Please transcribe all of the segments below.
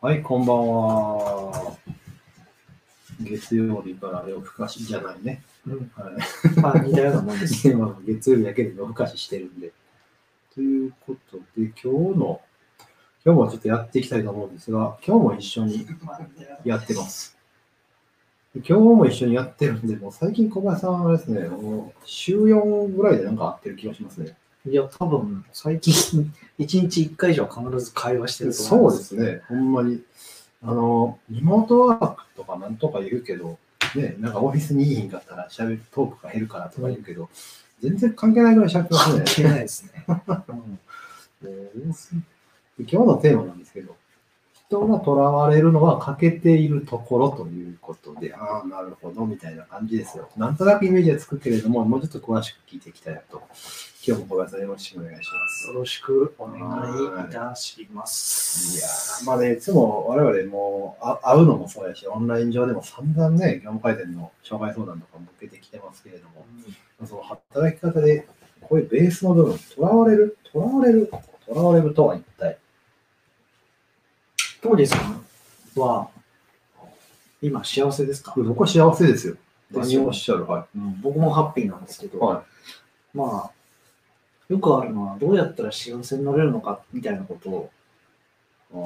はい、こんばんは。月曜日から夜更かしじゃないね。 うんはい。まあ、似たようなもん です。今は月曜日だけで夜更かししてるんで。ということで、今日の、今日もちょっとやっていきたいと思うんですが、今日も一緒にまあ似たようなやってます。で今日も一緒にやってるんで、もう最近小林さんはあれですね、もう週4ぐらいでなんか合ってる気がしますね。いや、多分、最近、一日一回以上必ず会話してると思。そうですすね、ほんまに。あの、リモートワークとかなんとか言うけど、ね、なんかオフィスにいいんかったら喋るトークが減るからとか言うけど、全然関係ないぐらい喋ってますね関。係ないですね。うんえー今日のテーマなんですけど、人が囚われるのは欠けているところということで、ああ、なるほど、みたいな感じですよ。なんとなくイメージはつくけれども、もうちょっと詳しく聞いていきたいなと。今日も小林さんよろしくお願いしますよ。ろしくお願いいたしいまやす。ーまあね、いつも我々もあ会うのもそうやし、オンライン上でも散々ね、業務改善の障害相談とかも受けてきてますけれども、その働き方で、こういうベースの部分、とらわれる、とらわれる、とらわれるとは一体。トーリーさんは、今幸せですか、僕は幸せですよ。です何よをおっしゃる、は僕もハッピーなんですけい。ど、はまあ、よくあるのは、どうやったら幸せになれるのか、みたいなことを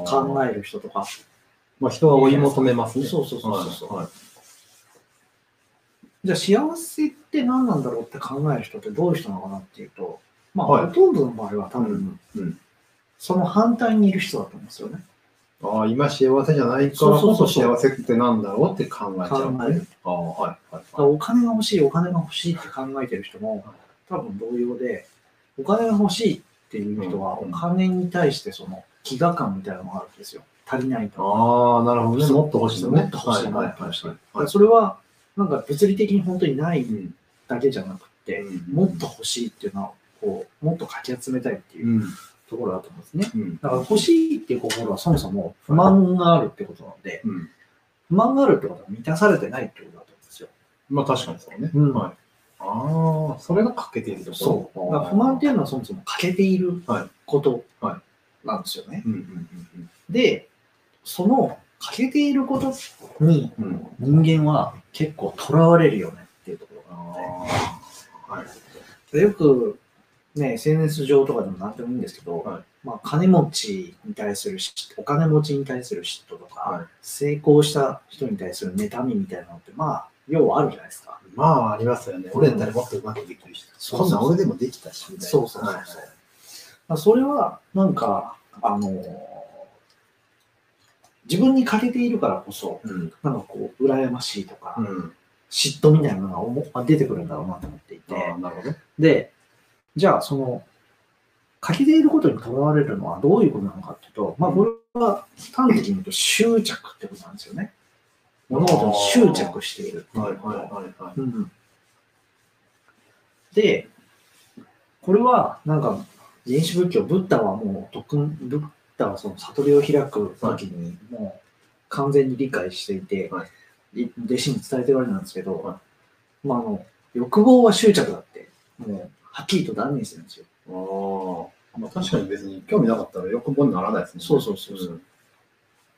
い、考え、える人とか、まあ、人は追い求めますね。そうそうそうそうそうはいはいじゃあ幸せって何なんだろうって考える人ってどういう人なのかなっていうと、まあ、はいほとんどの場合は多分、うんその反対にいる人だと思うんですよね。ああ、今幸せじゃないからこそ幸せってなんだろうって考えちゃう、考える。ああ、はい。はいだからお金が欲しい、お金が欲しいって考えてる人も多分同様で、お金が欲しいっていう人はうおん金に対してその飢餓感みたいなのがあるんですよ。足りないと。ああ、なるほどね。もっと欲しいのね。もっと欲しいのねはいはいはいだかはらそれはなんか物理的に本当にないい。うんだけじゃなくて、もっと欲しいっていうのはこう、もっとかき集めたいってう。いうんところだと思うんですね。うん。だから欲しいっていう心はそもそも不満があるってことなので、うん。不満があるってことは満たされてないってことだと思うんですよ。まあ確かにそうね。うんはい。ああ、それが欠けているところ。そう。だあからー不満っていうのはそもそも欠けているはいことはなんですよね。うんうんで、その欠けていることにうんうん。うん。人間は結構囚われるよねっていうところあがあ。はい。でよく、ね、SNS 上とかでも何でもいいんですけど、はいまあ、金持ちに対する嫉お金持ちに対する嫉妬とか、はい成功した人に対する妬みみたいなのって、まあ、要はあるじゃないですか。まあありますよね。俺やったらもっとうまくできる人。そうこんそうそうなん俺でもできたし、みたいな。そうそうそはうそういはいまあ、それは、なんか、あのー自分に欠けているからこそ、うん。なんかこう、羨ましいとか、うん。嫉妬みたいなのが思あ出てくるんだろうなと思っていて、ああ、なるほど。で、じゃあ、その、欠けていることにとらわれるのはどういうことなのかっていうと、まあ、これは端的に言うと執着ってことなんですよね。物事に執着しているっていうはいこと。はいはいはい。うんで、これは、なんか、原始仏教、ブッダはもう、特訓ブッダはその悟りを開く時に、もう、完全に理解していて、はい弟子に伝えてるわけなんですけど、はまあ、あの、欲望は執着だって、もう、はっきりと断言してるんですよ。ああ。まあ確かに別に興味なかったら欲望にならないですね。そうそうそうそううん。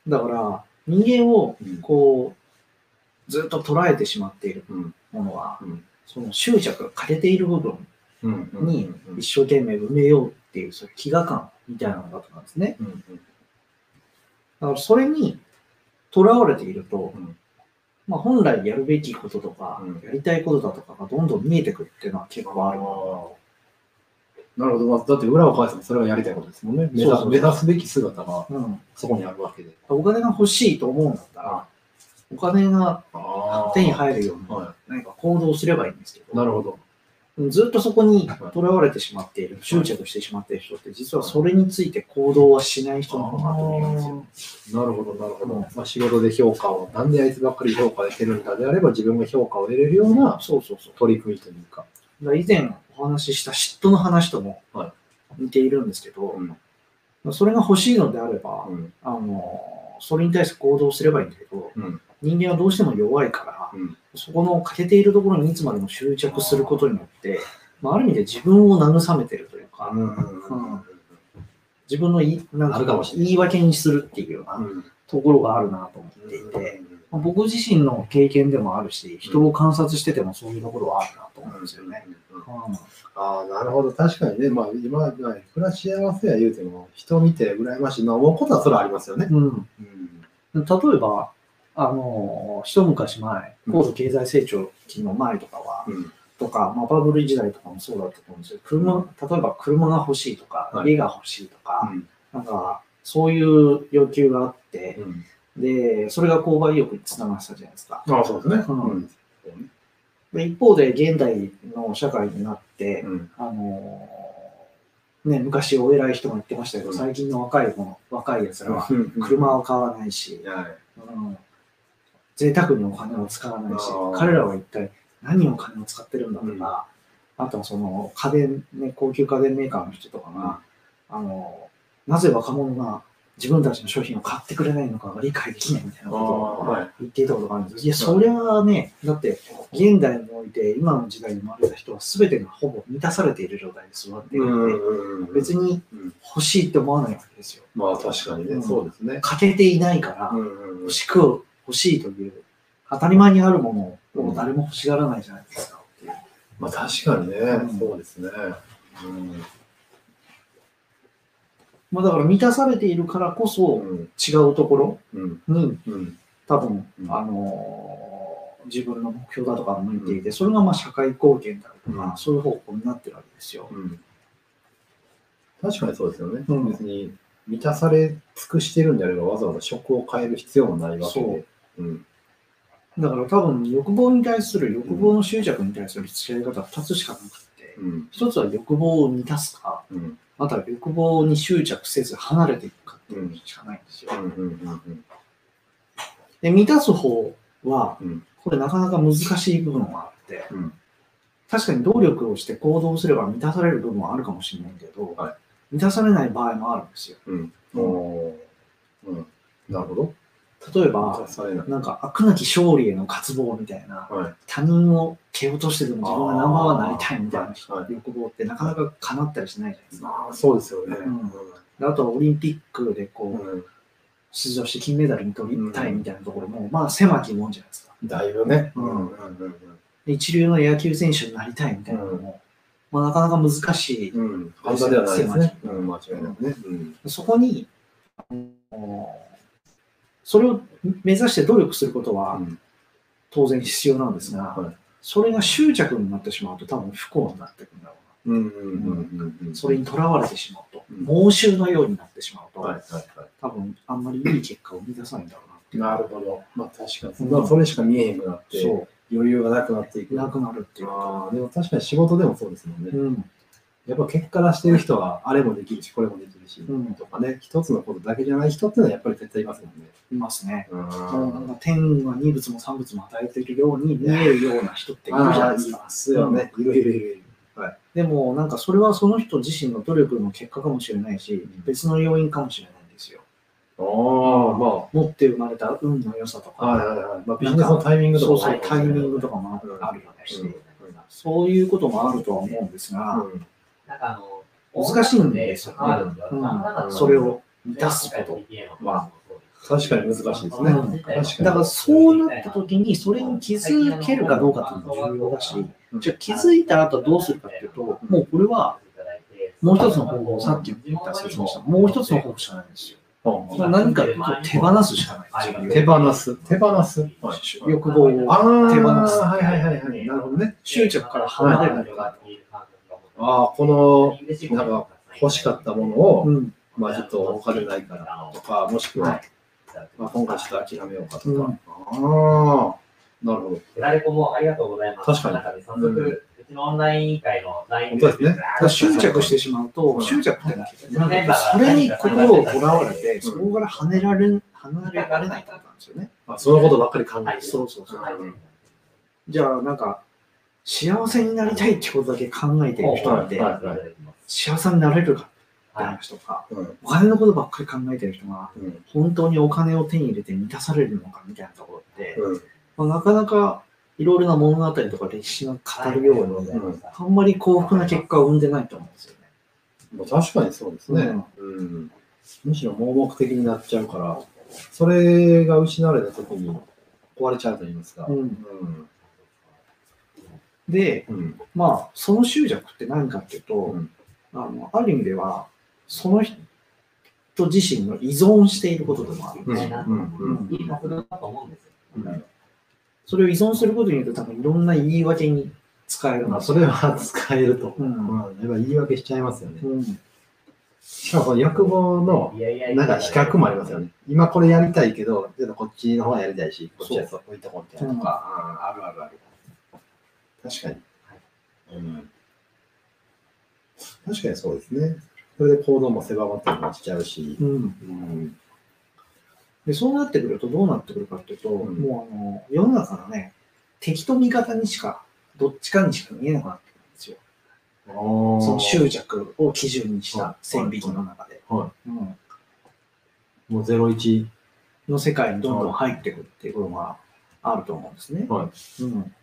だから、人間を、うんこう、ずっと捉えてしまっているうん。ものは、うんその執着が欠けている部分うん。うんに一生懸命埋めようっていう、そういう飢餓感みたいなのだったんですね。うんうん。だからそれにとらわれていると、うんまあ、本来やるべきこととか、うんやりたいことだとかがどんどん見えてくるっていうのは結構あるあなるほど、まあ、だって裏を返せばそれがやりたいことですもんね。目指そうそうそう目指すべき姿がな、うん、そこにあるわけで。お金が欲しいと思うんだったら、お金があ手に入るようはに何か行動すればいいんですけい。など、るほど。ずっとそこにとらわれてしまっている、執着してしまっている人って、実はそれについて行動はしない人なのかなと思いますよ。なるほど、なるほど。うんまあ、仕事で評価を、なんであいつばっかり評価してるんだであれば、自分が評価を得れるようなそうそうそう。取り組みというか。だから以前お話しした嫉妬の話ともは似ているんですけど、うんそれが欲しいのであれば、うん。あのそれに対して行動すればいいんだけど、うん。人間はどうしても弱いから、うんそこの欠けているところにいつまでも執着することによって、まあ、ある意味で自分を慰めてるというか、うん。自分のいなんあるかもしれない言い訳にするっていうようなうん。ところがあるなと思っていて、まあ僕自身の経験でもあるし、人を観察しててもそういうところはあるなと思うんですよね。うんああ、なるほど。確かにね、まあ、今、いくら幸せや言うても、人を見て羨ましいな思うことはそれはありますよね。うんうん。例えば、あの、一昔前、高度経済成長期の前とかは、うん。とか、まあ、バブル時代とかもそうだったと思うんですけど、車、例えば車が欲しいとか、はい家が欲しいとか、うんなんか、そういう要求があって、うん。で、それが購買意欲につながってたじゃないですか。ああ、そうですね。うんうん。で一方で、現代の社会になって、うん。あのーね、昔お偉い人が言ってましたけど、うん最近の若い子の、若い奴らは、うん車を買わないし、はい。うん贅沢にお金を使わないしあー、彼らは一体何にお金を使ってるんだとか、あとはその家電、ね、高級家電メーカーの人とかが、あの、なぜ若者が自分たちの商品を買ってくれないのかが理解できないみたいなことあーをはい言っていたことがあるんです。いや、それはね、だって現代において今の時代に生まれた人は全てがほぼ満たされている状態で育っているので、うん。別にうん。欲しいって思わないわけですよ。まあ、確かにうね、んそうですね。欠けていないから、うん。欲しく欲しいという、当たり前にあるものを誰も欲しがらないじゃないですか。まあ、確かにねう、んそうですね。うん。まあ、だから満たされているからこそ、うん。違うところうん。にうん。多分、うんあのー自分の目標だとか向いていて、それがまあ社会貢献だとか、うんそういう方向になってるわけですよ。うん確かにそうですよね。うん別に満たされ尽くしてるんであれば、わざわざ職を変える必要もないわけそで。うん。だから多分欲望に対する欲望の執着に対する付き合い方は2つしかなくて、うん。一つは欲望を満たすか、うん。または欲望に執着せず離れていくかっていうのしかないんですよう。ん。うん。うん。で、満たす方は、うんこれなかなか難しい部分があって、うん確かに努力をして行動すれば満たされる部分はあるかもしれないけど、は満たされない場合もあるんですよ。うん。おーうん。なるほど。例え満ばた、されない。なんか、飽くなき勝利への渇望みたいな、はい。他人を蹴落としてでも自分がナンバーワンになりたいみたいなあーはい欲望ってなかなか叶ったりしないじゃないですか。まあ、そうですよね。うんであとはオリンピックでこう、うん出場して金メダルに取りたいみたいなところも、まあ狭きもんじゃないですか。だいぶね。うんうん。うんで一流の野球選手になりたいみたいなのも、まあ、なかなか難しい。うん。簡単ではないですね。狭きうん、間違いなくね。うん。そこに、あのそれを目指して努力することはうん当然必要なんですが、はいそれが執着になってしまうと多分不幸になってくるんだろうん。うん。うんううな。ん。それにとらわれてしまうと、うん妄執のようになってしまうと、はい。はい。はい。多分あんまりいい結果を生み出さないんだろうなっていう。なるほど。まあ、確かに。うんまあ、それしか見えへんくなって。そ余裕がなくなっていく。う、なくなるっていうか。ああ、でも確かに仕事でもそうですもんね。うん、やっぱ結果出してる人は、あれもできるし、これもできるし、うんとかね、一つのことだけじゃない人っていうのはやっぱり絶対いますもんね。いますね。うもうなんか天は二物も三物も与えているように見えるような人っているじゃないですか。すよね。いるいるいるいる。でもなんかそれはその人自身の努力の結果かもしれないし、別の要因かもしれないんですよ。ああ、ま持って生まれた運の良さとあ、はいか、はいはい。まあ、ビジネスのタイミングそとうかそう、タイミングとか。かもうんあるようだし、うんそういうこともあるとは思うんですが、うんなんかあの、難しいんですよねあるんだよななんかそれを満たす世界この理念はま確かに難しいですね。うん確かにと。だからそうなった時にそれに気づけるかどうかっていうのが重要だし、じゃあ気づいたらあとはどうするかっていうと、もうこれはもう一つの方法をさっき言った説明した、もう一つの方法しかないんですうんよ。うん何か手放すしかないんです手よ。放す。手放す。は欲望をああ、手放すはいはいはいはい。なるほどね。執着から離れるとか。ああ、このなんか欲しかったものを、うん、まあちょっとお金ないからとか、もしくは、まあ、今回ちょっと諦めようかとか。うんああ、なるほど。誰こもありがとうございます。確かに中で早速、うちのオンライン委員会の LINE 本当ですねだから執着してしまうとう、ん執着ってのはなんかそれに心をとらわれて、そこから離れられん離れられないってことなんですよね。あそのことばっかり考えてそうそうそう。うんじゃあ、なんか、幸せになりたいってことだけ考えてる人って、はいはい幸せになれるかってはい話とか、うんお金のことばっかり考えてる人が、うん本当にお金を手に入れて満たされるのかみたいなところって、うんまあ、なかなかいろいろな物語とか歴史が語るように、んあんまり幸福な結果を生んでないと思うんですよね。まあ確かにそうですね。うんむしろ盲目的になっちゃうから、それが失われた時に壊れちゃうと言いますか。うんうん。で、うん。まあ、その執着って何かっていうと、うんあのある意味では、その人自身の依存していることでもある。うん。うん。いい活動だと思うんですよ。うんそれを依存することによって、多分いろんな言い訳に使えるまあ、の。それは使えると。うんまあ、やっぱ言い訳しちゃいますよね。うんしかもその欲望の、いやいやいやなんか比較もありますよね。今これやりたいけど、ちょっとこっちの方がやりたいし、こっちはそう、こういったこうみたいなとか、うんあるあるある。確かに。うん。確かにそうですね。それで行動も狭まってもしちゃうし。うんうん。でそうなってくるとどうなってくるかっていうと、うんもうあの世の中のね敵と味方にしかどっちかにしか見えなくなってくるんですよそその執着を基準にした線引きの中で、はうんもうゼロ一。の世界にどんどん入ってくるっていうことがあると思うんですね、はうん、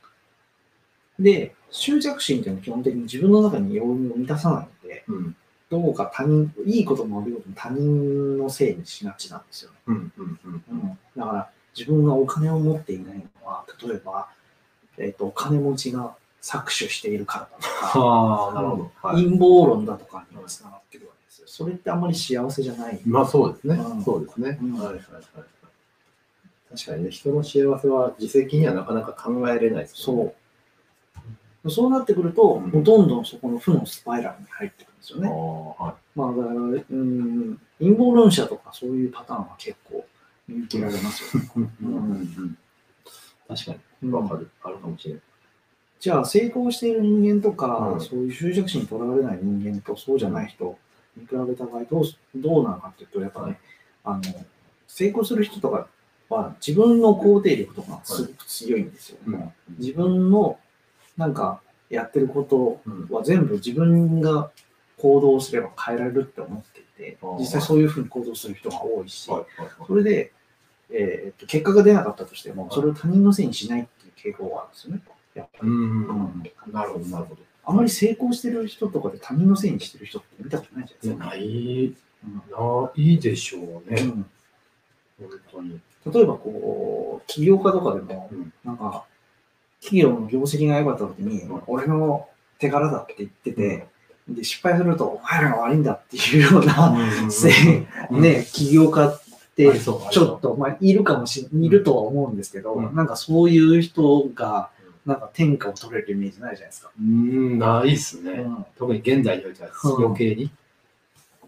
で執着心っていうのは基本的に自分の中に要因を満たさないのでうん。どうか他人いいことも悪いことも他人のせいにしがちなんですよねうん。うん。うん。だから自分がお金を持っていないのは例えば、えー、とお金持ちが搾取しているからだとかはあ、なるほど。はい。陰謀論だとかにもつながってくるわけですよそれってあんまり幸せじゃない、まあそうですね。うんそうですね。うんはいはいはい。確かにね、人の幸せは自責にはなかなか考えれないですもんね。そうそうなってくると、うんもうどんどんそこの負のスパイラルに入ってくるんですよあね、あはい。まあだからうん陰謀論者とかそういうパターンは結構見受けられますよね、うんうんうん確かに、わうんかる。あるかもしれない。じゃあ成功している人間とか、うんそういう執着心にとらわれない人間とそうじゃない人見比べた場合どうすどうなのかっていうとやっぱね、はいあの成功する人とかは自分の肯定力とかがすごく強いんですよ、ね自分のなんかやってることうんは全部自分が行動すれば変えられるって思っていてあー実際そういうふうに行動する人が多いし、はいはいはいそれで、えーっと結果が出なかったとしてもそれを他人のせいにしないっていう傾向があるんですよねやっぱりうんうんなるほど、なるほあまり成功してる人とかで他人のせいにしてる人って見たことないじゃど。ないでない、すないでしょうね。か。本当に。うん、例えばこう、起業家とかでも、うんなんか、企業の業績が良かった時に、うん俺の手柄だって言ってて、で、失敗すると、お前らが悪いんだっていうような、せうんね、起業家っあてり、そうありちそうょっと、まあ、いるかもしいるとは思うんですけど、うんなんかそういう人が、なんか天下を取れるイメージないじゃないですか。うん、ないっすね。うん特に現代においてはうん余計に。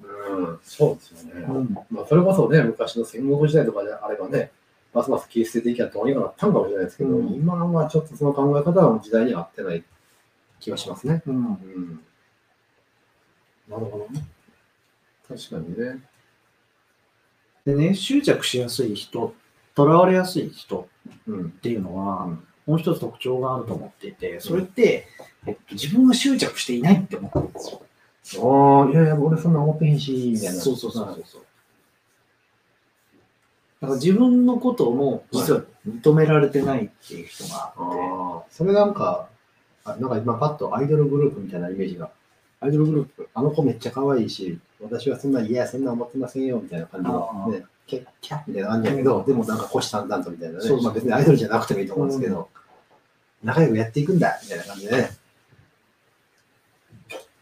うん、そうですよね。うんまあ、それこそね、昔の戦国時代とかであればね、ますます形成できはどうにかなったんかもしれないですけど、うん今はちょっとその考え方は時代に合ってない気がしますね。うんうん。なるほどね。確かにね。でね、執着しやすい人、とらわれやすい人うんっ。ていうのは、うんもう一つ特徴があると思っていて、それって、えっと、自分が執着していないって思ってるんですよ。ああ、いやいや、俺そんな思ってへんし、みたいな。そうそうそうそうそう。だから自分のことも実は認められてないっていう人があって、ああ、それなんか、あなんか今パッとアイドルグループみたいなイメージが、アイドルグループ、あの子めっちゃ可愛いし、私はそんな、いや、そんな思ってませんよ、みたいな感じあの、ーね、キャッキャッみたいな感じだけど、でもなんか虎視眈々とみたいなね、そうそうまあ、別にアイドルじゃなくてもいいと思うんですけど、仲良くやっていくんだ、みたいな感じでね、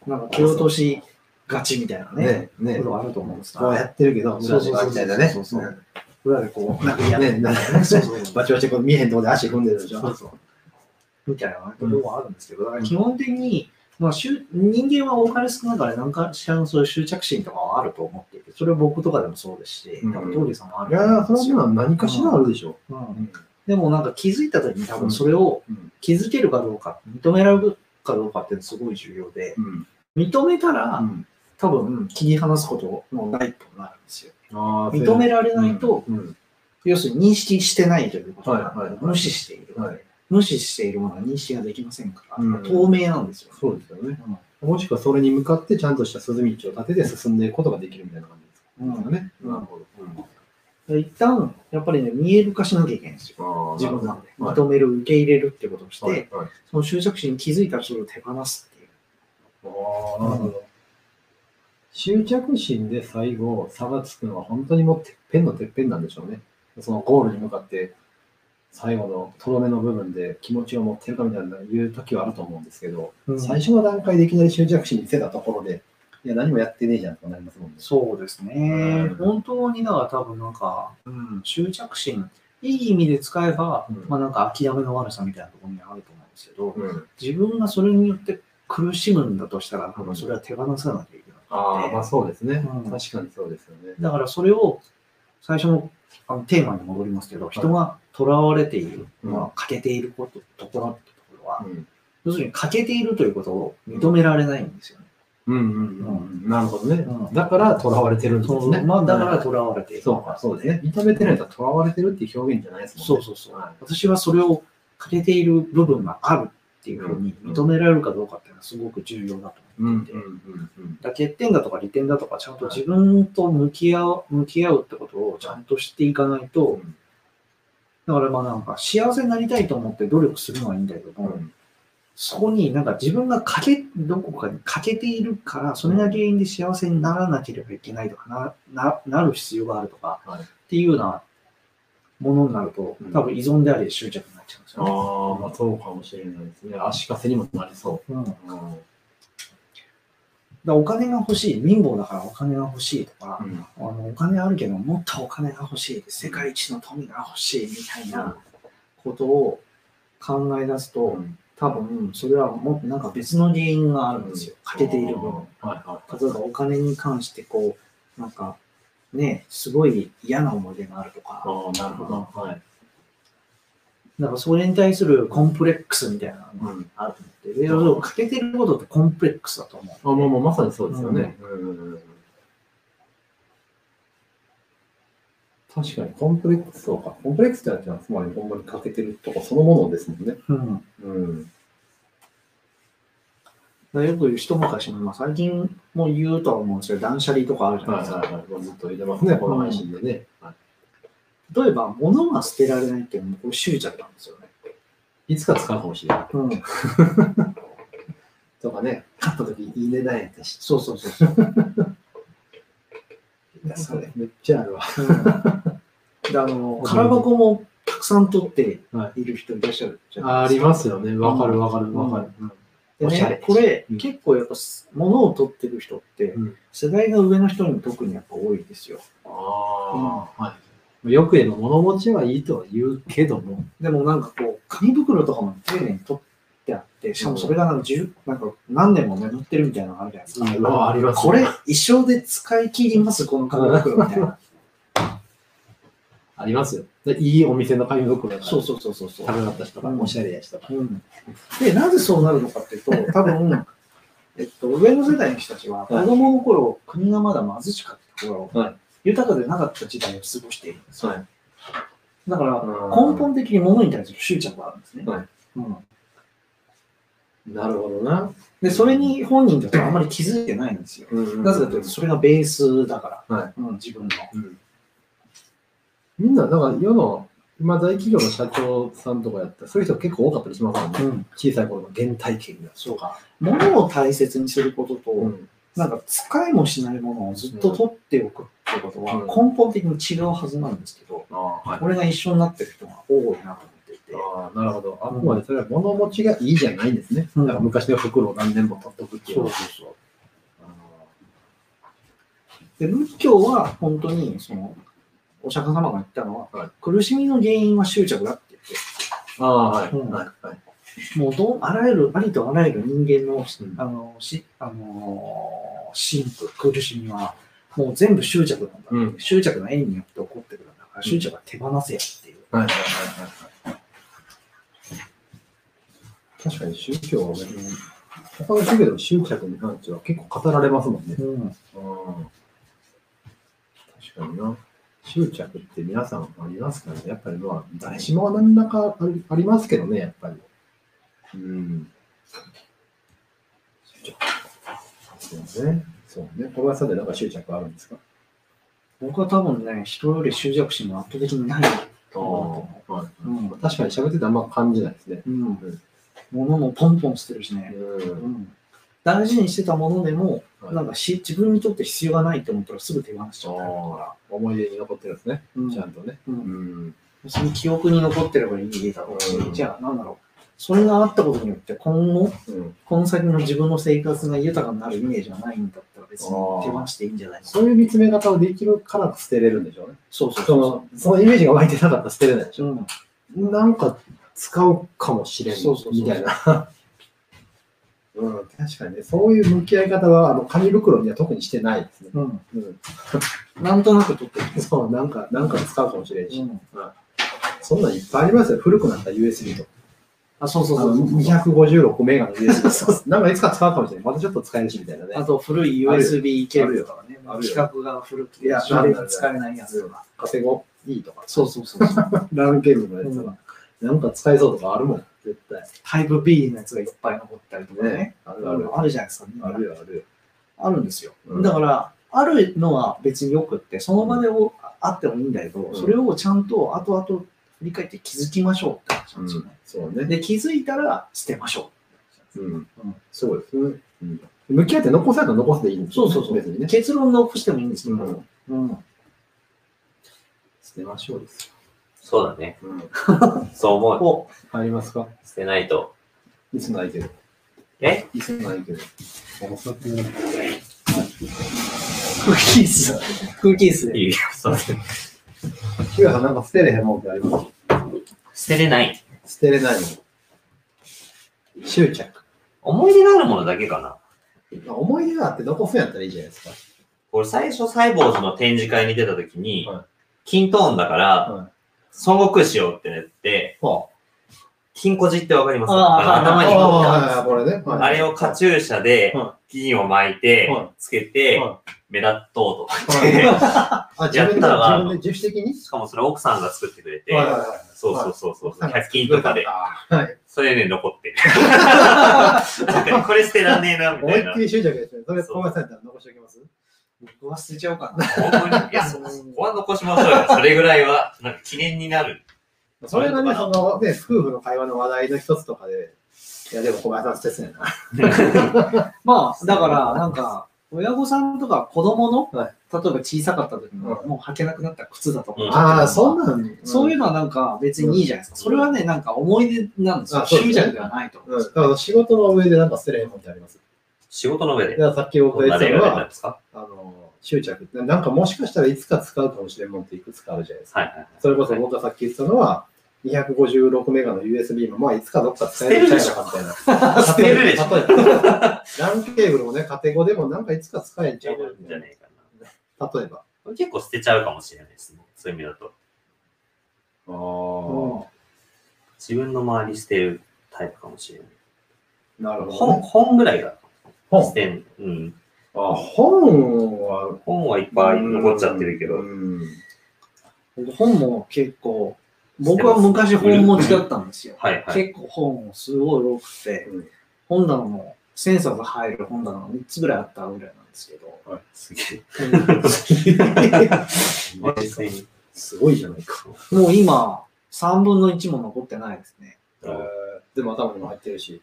なんか蹴落としがちみたいなね、ね、ねことがあると思うんですこうやってるけど、そうそうそう裏ではそうみたいなね、そうそうそうう裏でこう、なんかんやね、なん かねそうそうそうバチバチこう見えへんとこで足踏んでるでしょ。そうそう。みたいなところはあるんですけど、だから基本的に、まあ、執人間は多かれ少なかれ何かしらのそういう執着心とかはあると思っていて、それは僕とかでもそうですし、うん多分、峠さんもあいると思やうー、んそでのす分よ。は何かしらあるでしょ。うんでもなんか気づいた時に多分それをうん気づけるかどうか、認められるかどうかってすごい重要で、うん。認めたうらん。多分切り離すことのないとなるんですよ。あー認められないと、うんうん要するに認識してないということはがいはいはい無視しているので、はい無視しているものは認識ができませんから、うん透明なんですよ、そうですよね。もしくはそれに向かってちゃんとした鈴道を立てて進んでいくことができるみたいな感じですうんかね。うんなるほど。うんで一旦やっぱりね見える化しなきゃいけないんですよあー自分なんではい認める受け入れるってことをして、はいはいその執着心に気づいたらそれを手放すっていうあーなるほど。執着心で最後差がつくのは本当にもうてっぺんのてっぺんなんでしょうね。そのゴールに向かって最後のとどめの部分で気持ちを持ってるかみたいないう時はあると思うんですけど、うん最初の段階でいきなり執着心見せたところで、いや何もやってねえじゃんとかなりますもんね。そうですねうん。本当にだから多分なんか、うん、執着心、いい意味で使えば、うんまあなんか諦めの悪さみたいなところにあると思うんですけど、うん、自分がそれによって苦しむんだとしたら、多うん分それは手放さなきゃいけない。ああ、まあそうですね、う確んかにそうですよね。だからそれを、最初のあのテーマに戻りますけど、人が囚われている、うんまあ、欠けていること、ところってところは、うん要するに欠けているということを認められないんですよね。うんうんうんうん、なるほどね。うんだから、囚われてるんですそうね。まあ、だかうらん、囚われている。そうか、そうですね。認めてないと囚われてるっていう表現じゃないですもんね。そうそうそうは。私はそれを欠けている部分があるっていうふうに認められるかどうかっていうのはすごく重要だとい。うんう思んっうていて、んうん。だから欠点だとか利点だとか、ちゃんと自分と向き合う向き合うってことをちゃんとしていかないと、だからまあなんか幸せになりたいと思って努力するのはいいんだけどうも、んそこになんか自分が欠け、どこかに欠けているから、それが原因で幸せにならなければいけないとか、な、な、なる必要があるとか、はいっていうようなものになるとうん、多分依存であり執着になっちゃうんですあよね。あ、まあそうかもしれないですね。足かせにもなりそうん、だかう。うんらお金が欲しい、貧乏だからお金が欲しいとか、うんあのお金あるけどもっとお金が欲しい、世界一の富が欲しいみたいなことを考え出すと、多分それはもっとなんか別の原因があるんですよ。欠けている部分は。いはい。例えばお金に関してこうなんかねすごい嫌な思い出があるとかああ、なるほど。はい。なんかそれに対するコンプレックスみたいなのがうんあると思ってで要するに欠けてることってコンプレックスだと思うあもうもうまさにそうですよね。うん確かにコンプレックスそうか。コンプレックスってやつはつまりほんまに欠けてるとかそのものですもんね。うん、だかうん。らよく一昔の、まあ、最近も言うとは思うんですけど断捨離とかあるじゃないはいですか、はいはい。まあずっと言ってますね、この配信でね。は例えば物が捨てられないっていうのもこれ執着なんですよね、いいつか使うかもしれない。うん、とかね、買った時いい値段やったし。そうそうそうそう、いや、それめっちゃあるわ。うん、であの空箱もたくさん取っている人いらっしゃるじゃないですか、ますよね。わかるわかるわかる。うんでおしゃれね、これ、うん結構やっぱす物を取ってる人って、うん世代が上の人に特にやっぱ多いですよ。ああ、はい。よく言えば物持ちはいいとは言うけども。でもなんかこう、紙袋とかも丁寧に取ってあって、しかもそれがなんか10なんか何年も眠ってるみたいなのがあるじゃないですか。ああありますこれ、一生で使い切ります、この紙袋みたいな。ありますよ。でいいお店の紙袋だから。 そうそうそうそうそう。食べった人とか、うんおしゃれやしとか。うんで、なぜそうなるのかっ ていうと、多分、えっと、上の世代の人たちは、子供の頃、国がまだ貧しかった頃、はい豊かでなかった時代を過ごしているんですよ。はいだから、うん根本的に物に対する執着があるんですね。はいうん、なるほどな。で、それに本人たちはあんまり気づいてないんですよ。ななぜかというと、それがベースだから、はいうん、自分の。うんみんな、なんか世の、今大企業の社長さんとかやったら、そういう人結構多かったりしますもんね。うん、小さい頃の原体験が。そうか。物を大切にすることと、うんなんか使いもしないものをずっと取っておくってことは、うん根本的に違うはずなんですけど、ああ、はい。これが一緒になってる人が多いなと思っていて。ああ、なるほど。あくまでそれは物持ちがいいじゃないんですね。うんだから昔の袋を何年も取っとくっていうのは。そう。で、仏教は本当に、その、お釈迦様が言ったのは、はい苦しみの原因は執着だって言って、ああ、はい。うんはいはいもうどうあらゆる、ありとあらゆる人間の、うんあの、し、あのー、神と苦しみは、もう全部執着なんだ。うん執着の縁によって起こってくるんだから、執着は手放せよっていう。はいはいはいはい確かに宗教は別に、他の宗教でも執着に関しては結構語られますもんね。うん。うん確かにな。執着って皆さんありますからね。やっぱりまあ、誰しもは何らかありありますけどね、やっぱり。うん。執着。そうね。そうね。小林さんでなんか執着あるんですか僕は多分ね、人より執着心が圧倒的にない。あはいうん。確かに喋っててあんま感じないですね。うん。物もポンポン捨てるしね。ううん大事にしてたものでも、はいなんかし自分にとって必要がないって思ったらすぐ手放しちゃったりとか、思い出に残ってるんですね。うんちゃんとね。ううんん。その記憶に残ってればいいだろうし、うんじゃあなんだろう、それがあったことによって今後、うん。この先の自分の生活が豊かになるイメージがないんだったら別に手放していいんじゃないのそういう見つめ方をできるから捨てれるんでしょうね。そうそうそその、そのイメージが湧いてなかったら捨てれないでしう。うんょ。なんか使うかもしれんそうそうそうみたいな。 うん、確かにね、そういう向き合い方は、あの、紙袋には特にしてないですね。うんうん。なんとなく取ってる。そう、なんか、なんか使うかもしれんし。うんそんなんいっぱいありますよ。古くなった USB とか。あ、そうそうあそうのそう256メガ の USB とか。なんかいつか使うかもしれない。またちょっと使えるし、みたいなね。あと古い USB ケーブルとかね、あるよ規格が古くいてや、それで使えないやつとか。稼ごういいとか。そうそうそうそう。ランケーブルのやつうが。なんか使えそうとかあるもん、絶対。タイプ B のやつがいっぱい残ったりとかねね。あるある。あるじゃないですか。みんなあるよ、あるよ。あるんですよ。うんだから、あるのは別によくって、その場でおあってもいいんだけど、んそれをちゃんと後々振り返って気づきましょうって話なんですよね。そうね。で、気づいたら捨てましょうん。そうですね。うん。向き合って残されたら残すでいいんう。ですそようねそうそう。別にね。結論残してもいいんですけうどん、うん捨てましょうです。そうだね。うん。そう思う。おありますか捨てないと。いつないけど。えいつないけど。お酒空気 椅子。空気椅子で。いいよそうひがさん、なんか捨てれへんもんってありま捨てれない。す捨てれないもん。執着。思い出があるものだけかな。思い出があって残すんやったらいいじゃないですか。俺最初サイボーズの展示会に出た時に、は金トーンだから、はい孫悟空しようってなって、は金こじってわかりますあーあの頭あ、にこうああ、これね。はいあれをカチューシャでは銀を巻いては、つけては、目立とうとはい思って、あ、自分で、やったら自分で自主的に しかもそれ奥さんが作ってくれて、はいはいはいそうそうそうそう、はい100均とかで、はい。それで残ってる。なんかこれ捨てらんねえな、み思たいいっなき。り執着ですね。それ、ごめんなさい、残しておきます僕は捨てちゃおうかな。本当にいや、そこは残しましょうよ。それぐらいは、なんか記念になる。それがね、そそのね、夫婦の会話の話題の一つとかで、いや、でも小林さん捨てすねな。まあ、だから、なんか、親御さんとか子供の、は例えば小さかった時の、うもう履けなくなった靴だとか、うんああ、そんなん、そういうの。のはなんか別にいいじゃないですか。それはね、なんか思い出なんですよ。あそうです執ね着ではないと思ううん、だから仕事の上でなんか捨てれへんもんってあります。仕事の上だでか。らさっき僕こんが言っなて例たのが出たんは、ですかあの、執着って、なんかもしかしたらいつか使うかもしれんもんっていくつかあるじゃないですか。はいはいはい。それこそ僕がさっき言ってたのは、256メガの USB も、まあ、いつかどっか使え捨てるるでんしちょゃうかみたいな。捨てるでしょ。例えば例えばランケーブルもね、カテゴでもなんかいつか使えんちじゃゃあうかいいみたんじゃいな。ねえかな。例えば。これ結構捨てちゃうかもしれないですね。そういう意味だと。あ自分の周り捨てるタイプかもしれない。あ、なるほど、本、ね。本ぐらいが本捨てん。うん。あ本は、本はいっぱい残っちゃってるけど。うん僕本も結構、僕は昔本持ちだったんですよ。はいはい。結構本をすごい多くて、うん本棚もセンサーが入る本棚が3つぐらいあったぐらいなんですけど、すげ え。マジっすかすごいじゃないか。もう今、3分の1も残ってないですね。でも頭にも入ってるし。い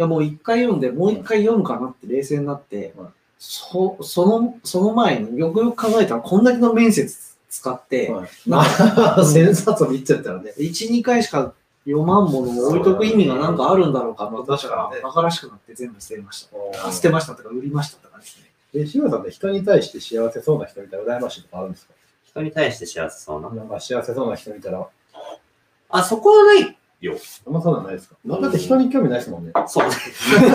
やもう一回読んで、もう一回読むかなって冷静になって、はいそそのその前によくよく考えたら、こんだけの面接使って、まあ、 センサー見ちゃったらね。一1、2回しか読まんものを置いとく意味がなんかあるんだろうかと思ったまあら確かにね、馬鹿らしくなって全部捨てました。あ捨てましたとか、売りましたとかですね。え、志村さんって人に対して幸せそうな人見たら羨ましいとかあるんですか人に対して幸せそうな。なんか幸せそうな人見たら、あ、そこはない。あんまそうなんないですかだって人に興味ないですもんね。そう。ま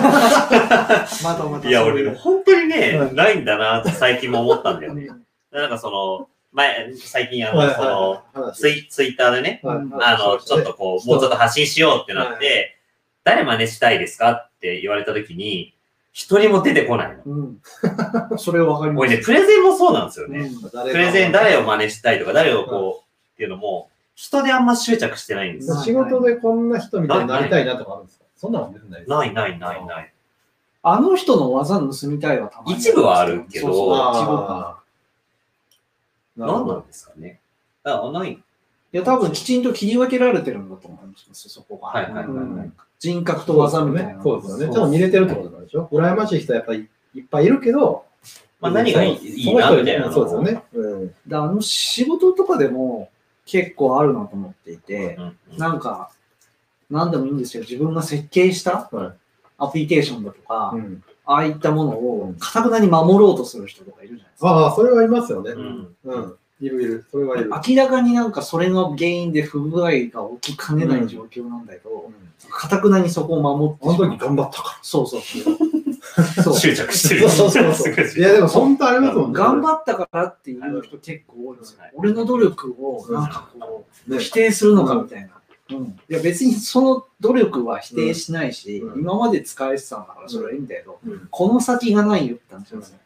だまだ。 いや、俺、本当にねは、ないんだなって最近も思った んだよね。ね。なんかその、前、最近あの、その、ツいイツイッターでね、あの、ちょっとこう、もうちょっと発信しようってなって、誰真似したいですかって言われたときに、一人も出てこないの。うん。 それはわかりま俺ね、す。プレゼンもそうなんですよね。うと、んププレゼン誰を真似したいとか、誰をこう、っていうのも、人であんま執着してないんですよ。仕事でこんな人みたいになりたいなとかあるんですかそんなの別にないです。ないないないない。あの人の技盗みたいはたまに。一部はあるけどそうそう一部はああ。なる何ほなど。んですかね。あ、ない。いや、多分きちんと切り分けられてるんだと思いますよ、そこが。はいはいはいはいうん人格と技みたいな。そうですよね。ちょっそとう見れてるってことなんでしょ羨ましい人はやっぱりいっぱいいるけど、まあ何がいいいいなみたいなのをそうですよね。うん。であの仕事とかでも結構あるなと思っていてう、んうんなんか、なんでもいいんですよ。自分が設計したはアプリケーションだとか、うん、ああいったものを、かたくなに守ろうとする人とかいるじゃないですか。ああ、それはいますよね。うんうん。いるいる。それはいる。明らかになんかそれが原因で不具合が起きかねない状況なんだけうど、んかたくなにそこを守ってあのしまう時頑張ったかそうそうそう。 そう執着してら。る。そうそうそう。いや、でも本当ありますもんね。頑張ったからっていう人結構多いですよはい。俺の努力をなんかこう、ね否定するのかみたいな。うんいや別にその努力は否定しないし、うん今まで使えてたんだからそれはいいんだけど、うんこの先がないよって話なんですよ。うん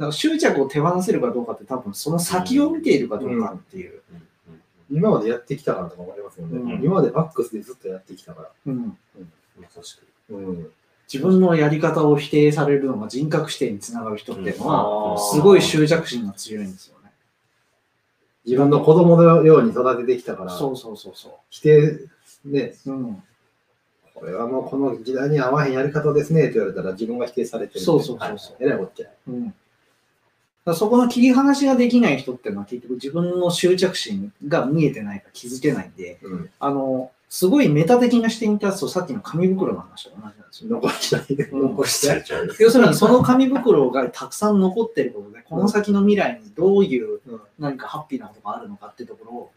だから執着を手放せるかどうかって多分その先を見ているかどうかっていう。うんうん今までやってきたからとかもありますよね。うん今までバックスでずっとやってきたから。うんうん確かうん。自分のやり方を否定されるのが人格否定につながる人っていうのは、あーすごい執着心が強いんですよね。自分の子供のように育ててきたから、そうそうそうそ否定、ね、う。うん、これはもうこの時代に合わへんやり方ですねって言われたら自分が否定されてる。そうそうそうそう。えらいこっちゃ。うんだからそこの切り離しができない人っていうのは結局自分の執着心が見えてないか気づけないんで、うん。あの、すごいメタ的な視点に立つとさっきの紙袋の話と同じなんですよ。残しないで。うん残しに。なさい。れちゃう。要するにその紙袋がたくさん残ってることで、この先の未来にどういううん何かハッピーなことがあるのかってところを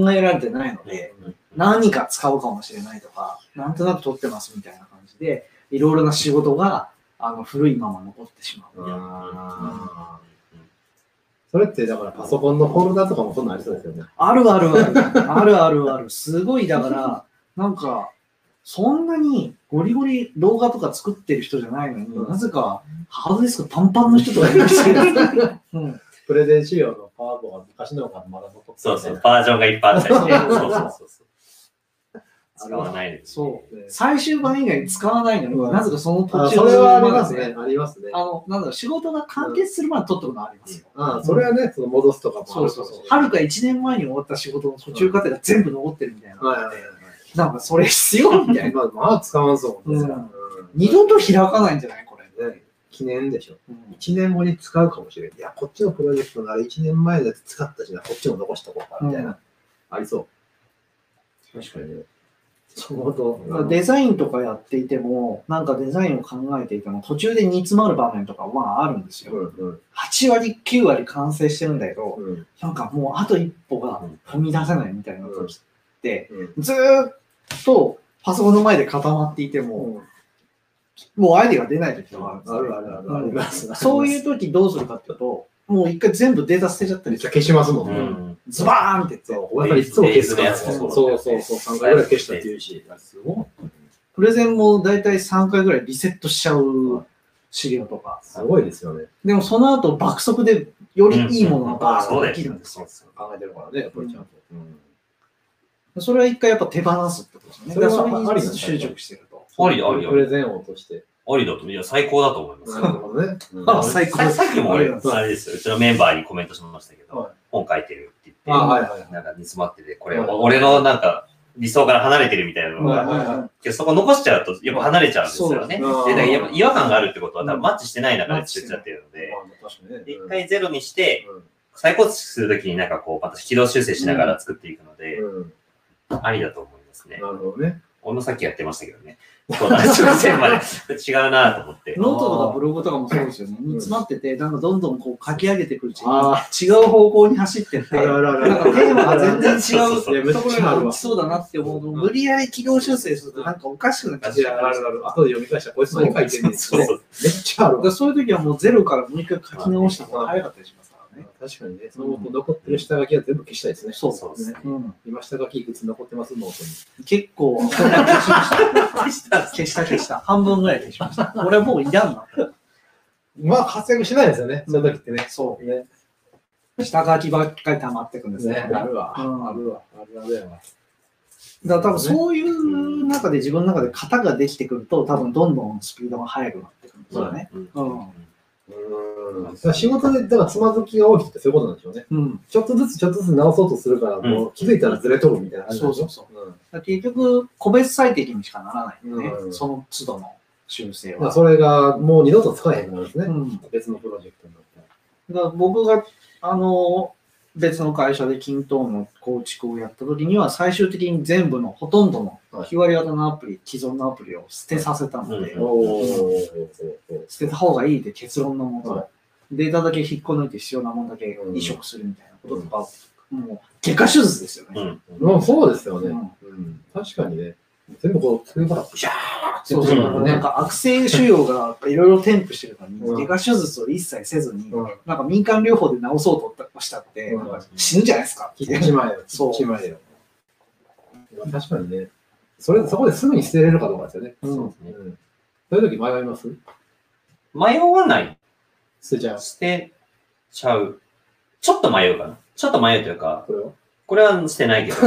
考えられてないので、うん何か使うかもしれないとか、なんとなく取ってますみたいな感じで、いろいろな仕事があの古いまま残ってしまう。あそれってだからパソコンのフォルダとかもそんなんありそうですよね。あるあるある。あるあるある。すごい、だから、なんか、そんなにゴリゴリ動画とか作ってる人じゃないのに、うんなぜかハードディスクパンパンの人とかいるし、 うん、プレゼン資料のパワーポが昔のがまだ残ってるそうそう、バージョンがいっぱいあったりして。そうそうそうそう。使わないです。そう。ね最終版以外使わないのに、うんなぜかその途あ中それはありますのね。ありますね。あの、なんだろう、仕事が完結するまで撮ったことありますよ。あそれはね、その戻すとかもあるかそうもそうそうし。れはないるか1年前に終わった仕事の途中過程が全部残ってるみたいなはいのはでい、なんかそれ必要みたはい い。まな。あ、まあ、使わんぞ。うんうん二度と開かないんじゃないこれ。ね記念でしょ。うん1年後に使うかもしれない。いや、こっちのプロジェクトなら1年前だって使ったしな、こっちも残しとこうか、みたいな。ありそう。確かにね。そのことだからデザインとかやっていても、なんかデザインを考えていても、途中で煮詰まる場面とかまああるんですうよ。んうん8割、9割完成してるんだけど、うんなんかもうあと一歩が踏み出せないみたいな時って、うんずーっとパソコンの前で固まっていても、もうアイデアが出ない時とかあるんですあよるあるあるあります。。そういうう時どうするかっていうと、もう一回全部データ捨てちゃっためりっしちゃて、消しますもんうね。ん。ズバーンってって、そう、おいつも消すから。ベースのやつもそそううそうそう、3回ぐらい消したっていうし。すごい。プレゼンも大体3回ぐらいリセットしちゃう資料とか。すごいですよね。でもその後爆速でよりいいものがバーッとできるんですよ。考えてるからね、やっぱりちゃんと。それは一回やっぱ手放すってことですよね。それはだからそれありなんにですね執着してると。ありだ、ありだプ。レゼンを落として。ありだと。いや、最高だと思いますなるよ。ほどね。あ最高ささっきもあり俺、がとうございますあれですよ。うちのメンバーにコメントしましたけはいど、本書いてるってあ、言っはいはいはいて、なんか煮詰まってて、これ、はい俺のなんか理想から離れてるみたいなのはいが、はいはいけどそこ残しちゃうと、やっぱ離れちゃうんですよね。で、そうですねだからやっぱ違和感があるってことは、多うん分マッチしてない中マッでチし作てっないちゃってるので、まあ確かにね。一回ゼロにしうて、ん、再構築するときになんかこう、また軌道修正しながら作っていくので、うんうんありだと思いますねな。るほどね。俺もさっきやってましたけどね。こう、直線まで 違うなと思って。ノートとかブログとかもそうですよね。煮詰まってて、なんかどんどんこう書き上げてくるうちあに、違う方向に走っ てって、あなんるあるあるかテーマが全然違そうそうそううところに落ちそうだなって思うのを無理やり軌道修正するとなんかおかしくなっちゃう。いや、あるある。後で読み返したら、こいつ何書いてんねんそうそうそうめっちゃあるだわからそういう時はもうゼロからもう一回書き直した方が早かったりしますからね。確かにね、その後残ってる下書きは全部消したいですね。そうそうですねうん、今下書きいくつ残ってますノー結構、消しました。消した消した。半分ぐらい消しました。俺はもういらんな。トに。まあ活躍しないですよね、その時ってね。そね。う。下書きばっかり溜まってくんですね。ねあるわ。うんあるわ。あるあるやわ。だから多分そういう中で自分の中で型ができてくると、多分どんどんスピードが速くなってくるんですよね。うん。うんうん。だから仕事で、だからつまずきが多い人ってそういうことなんでしょうね。うん。ちょっとずつちょっとずつ直そうとするから、もう気づいたらずれとるみたいな感じなんでしょそううだから結局、個別最適にしかならないよね。うんその都度の。修正まあは。それがもう二度と使えへんのですね。うん別のプロジェクトになったら。だから僕が、あの、別の会社で均等の構築をやった時には、最終的に全部のほとんどの日割り型のアプリ、既存のアプリを捨てさせたので、うんおー捨てた方がいいって結論のもと、はデータだけ引っこ抜いて必要なものだけ移植するみたいなこととか、もう、外科手術ですよね。うん。もうそうですよね。うんうん確かにね。全部こう、上からブシャーってそうそそうう、そうなんか悪性腫瘍がいろいろ添付してるのに、うん外科手術を一切せずに、うんなんか民間療法で治そうとしたって、うん死ぬじゃないですか。切っちまえよ。そう切っちまえよ。まあ確かにね。それ、そこですぐに捨てれるかどうかですよね。うんそうですねんそういう時迷います迷わない。捨てちゃう。捨てちゃう。ちょっと迷うかな。ちょっと迷うというか、これを。これは捨て ないけど。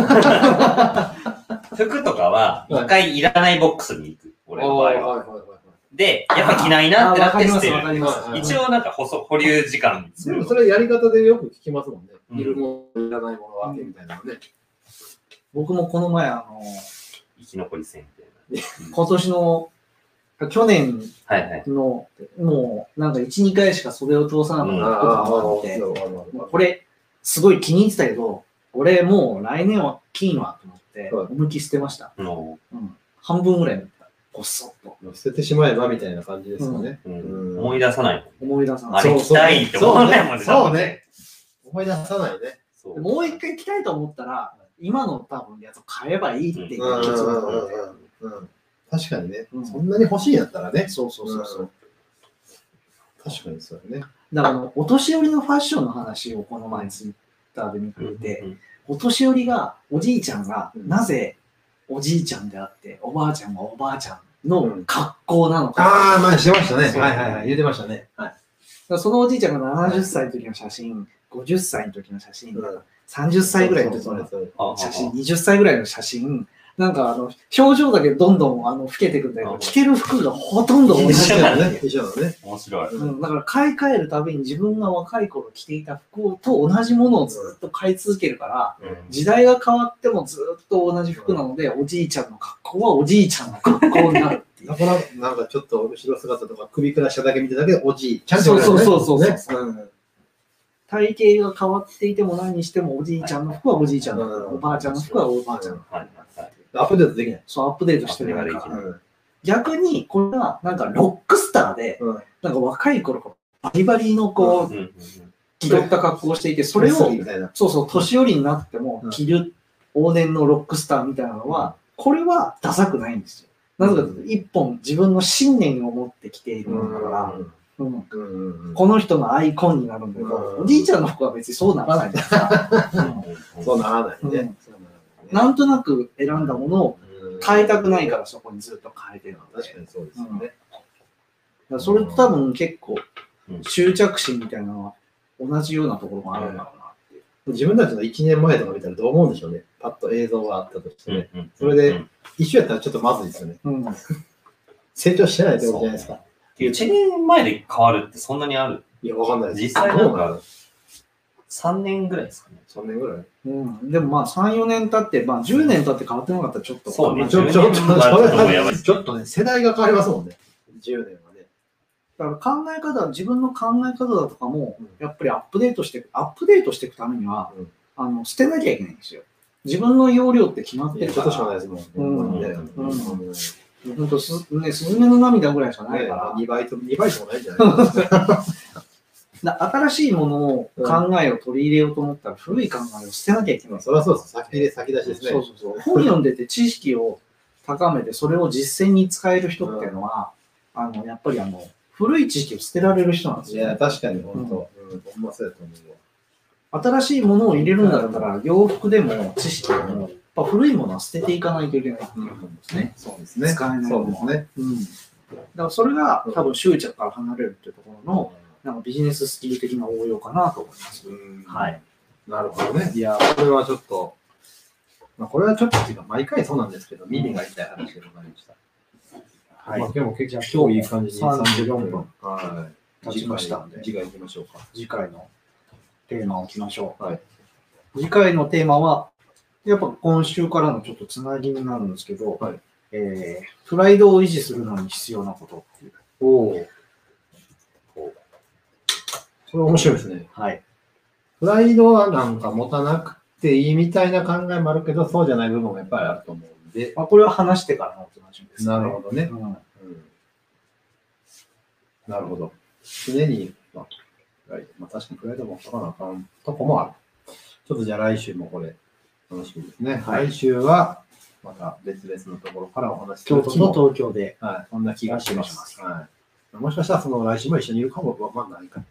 服とかは、一回いらないボックスに行く。俺の場合は。いはいはいで、やっぱ着ないなってなって捨てる。りますわかります一応なんか保存保留時間で作るもそれやり方でよく聞きますもんね。うんいるもの、いらないもの分けみたいなのね。僕もこの前、あの、生き残り戦み今年の、去年たいな。はいはい。の、もう、なんか1、2回しか袖を通さなかったことがあって、もうこれ、れ、すごい気に入ってたけど、俺もう来年は金はと思ってはい、思いっきり捨てました。の、うん半分ぐらいだった。こっそっと。捨ててしまえばみたいな感じですよね。ううんん思い出さない。思い出さなあい。そうれ行きたいって思わないもんね。そうね多分。思い出さないね。そうでもう一回着たいと思ったら、今の多分やつを買えばいいっていう結うんうん論うなんんでうんうん確かにねう。んそんなに欲しいんやったらね。そうそうそうそう。確かにそうだね。だからあの、お年寄りのファッションの話をこの前ツイッターで見ていて、うんお年寄りが、おじいちゃんが、うんなぜおじいちゃんであって、おばあちゃんがおばあちゃんうのん格好なのか。だかああ、前してましたね。そうはいはいはい。言ってましたね。はい。らそのおじいちゃんが70歳の時の写真、50歳の時の写真、30 10歳ぐらいの時そうのですそうですあああ写真、20歳ぐらいの写真、なんかあの、表情だけどんどんあの老けてくんだけうど、ん着てる服がほとんど同じ一緒だだよねね。。一緒だね。面白い。うん、だから買い替えるたびに自分が若い頃着ていた服をと同じものをずっと買い続けるから、うん時代が変わってもずっと同じ服なので、おじいちゃんの格好はおじいちゃんの格好になるってい だう。から、なんかちょっと後ろ姿とか首から下だけ見てただけでおじいちゃんってそ言うわれそるうねそうそうそう、ね体型が変わっていても何にしてもおじいちゃんの服はおじいちゃんの服、うんおばあちゃんの服はおばあちゃんの服、はいはいはい。うんアップデートできない。そうアップデートしてるからアップデートができる逆にこれがなんかロックスターで、うんなんか若い頃からバリバリのこううんうんうん気取った格好をしていて、それをみたいな。そうそう、年寄りになってもうん着る往年のロックスターみたいなのは、これはダサくないんですよ。なぜかというと、一本自分の信念を持ってきているものだから、ううんんうんうんこの人のアイコンになるんだけどう、んおじいちゃんの服は別にそうならない ですから、うんうんそうならないね。うんそうななんとなく選んだものを変えたくないからそこにずっと変えてるので、だ確かかにそうですよね。らそれと多分結構うん執着心みたいなのは同じようなところもあるんだろうなっていう。自分たちの1年前とか見たらどう思うんでしょうね。パッと映像があったとしてうんうね。んうんそれで一緒やったらちょっとまずいですよね。うん成長してないってことじゃないですか。 1年前で変わるってそんなにあるいや、わかんないです。実際なんかどうの ?3 年ぐらいですかね。 3年ぐらい。うん、でもまあ3、4年経って、まあ10年経って変わってなかったらちょっと。そうねちょ、ちょ、ちょ、ちょまあちょっともうやばいちょっとね、世代が変わりますもんね。10年はね。だから考え方、自分の考え方だとかもうん、やっぱりアップデートしていく、アップデートしていくためには、うんあの捨てなきゃいけないんですよ。自分の容量って決まっいてやるちょかっとしかないら、ですもんね。うんほんまにねうんうんね本当す、ね、スズメの涙ぐらいしかないから、 2倍と、2倍しかないんじゃないですか。だ新しいものをうん考えを取り入れようと思ったら、古い考えを捨てなきゃいけない。そりゃそうです。先で先出しですね。そうそうそう。本読んでて知識を高めて、それを実践に使える人っていうのは、あの、やっぱりあの、古い知識を捨てられる人なんですいよ、や、確かに本当。うん、ほんまそうやと思うわ。新しいものを入れるんだったら、洋服でも知識でも、やっぱ古いものは捨てていかないといけない。うんすね。そうですね。使えないそうですね。うん。だからそれが多分執着から離れるっていうところの、なんかビジネススキル的な応用かなと思います。うんはい。なるほどね。いや、これはちょっと、まあ、これはちょっとっていうか、毎回そうなんですけど、耳が痛い話でございました。はいまあ、今日も結じゃあ構いい感じに今日も34 34分。はい。経ちましたんで次回次回行きましょうか。次回のテーマを置きましょう。はい次回のテーマは、やっぱ今週からのちょっとつなぎになるんですけど、はいえープライドを維持するのに必要なことっていう。おお。これ面白いですね。はい。プライドはなんか持たなくていいみたいな考えもあるけど、そうじゃない部分もやっぱりあると思うんで。まあ、これは話してからのお話です、なるほどね。ど。うんうんなるほど。常に、まあ、プライドまあ、確かにプライド持っとかなあかんとこもある。ちょっとじゃあ来週もこれ、楽しみですね。はい来週は、また別々のところからお話しす京ると都のも、東京で。はい、そんな気がします。お願いしはい、もしかしたらその来週も一緒にいるかもわかんないか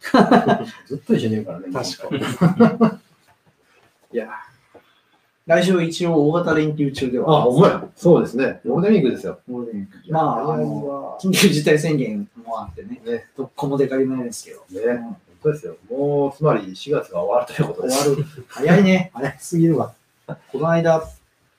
らずっと一緒にいるからね。に。いや、来週一応大型連休中では。あ、ほんまや。そうですね。ゴールデンウィークですよ。ゴールデンウィークまあ、あの、の、緊急事態宣言もあってね、ね、どこも出かけないですけど。ね、う本ん当ですよ。もう、つまり4月が終わるということで終す。わる。早いね。早すぎるわ。この間、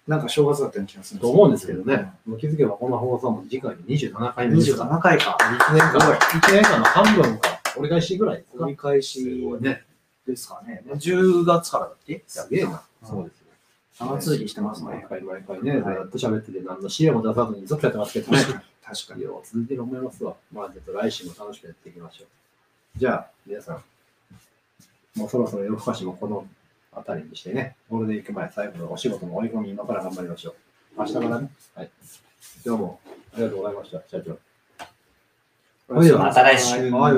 なんか正月だったような気がすると思うんですけどね。もう気づけばこの放送も次回で27回うん。目ですから。 27回か。 1年間、1年間の半分か、折り返しぐらいですか折。り返すしごいね。ですかね。もう10月からだっけすげえな。そうですよ。長続きしてます毎ね。回毎回ね、ずっと喋ってて、何の資料も出さずにずっとやってますけどね。確かに。確かに。よう続いてる思いますわ。まあ、ちょっと来週も楽しくやっていきましょう。じゃあ、皆さん、もうそろそろ夜更かしもこの辺りにしてね、ゴールデンウィーク前、最後のお仕事の追い込み、今から頑張りましょう。明日からね。はい。どうも、ありがとうございました、社長。おやすみなさいまた来週はい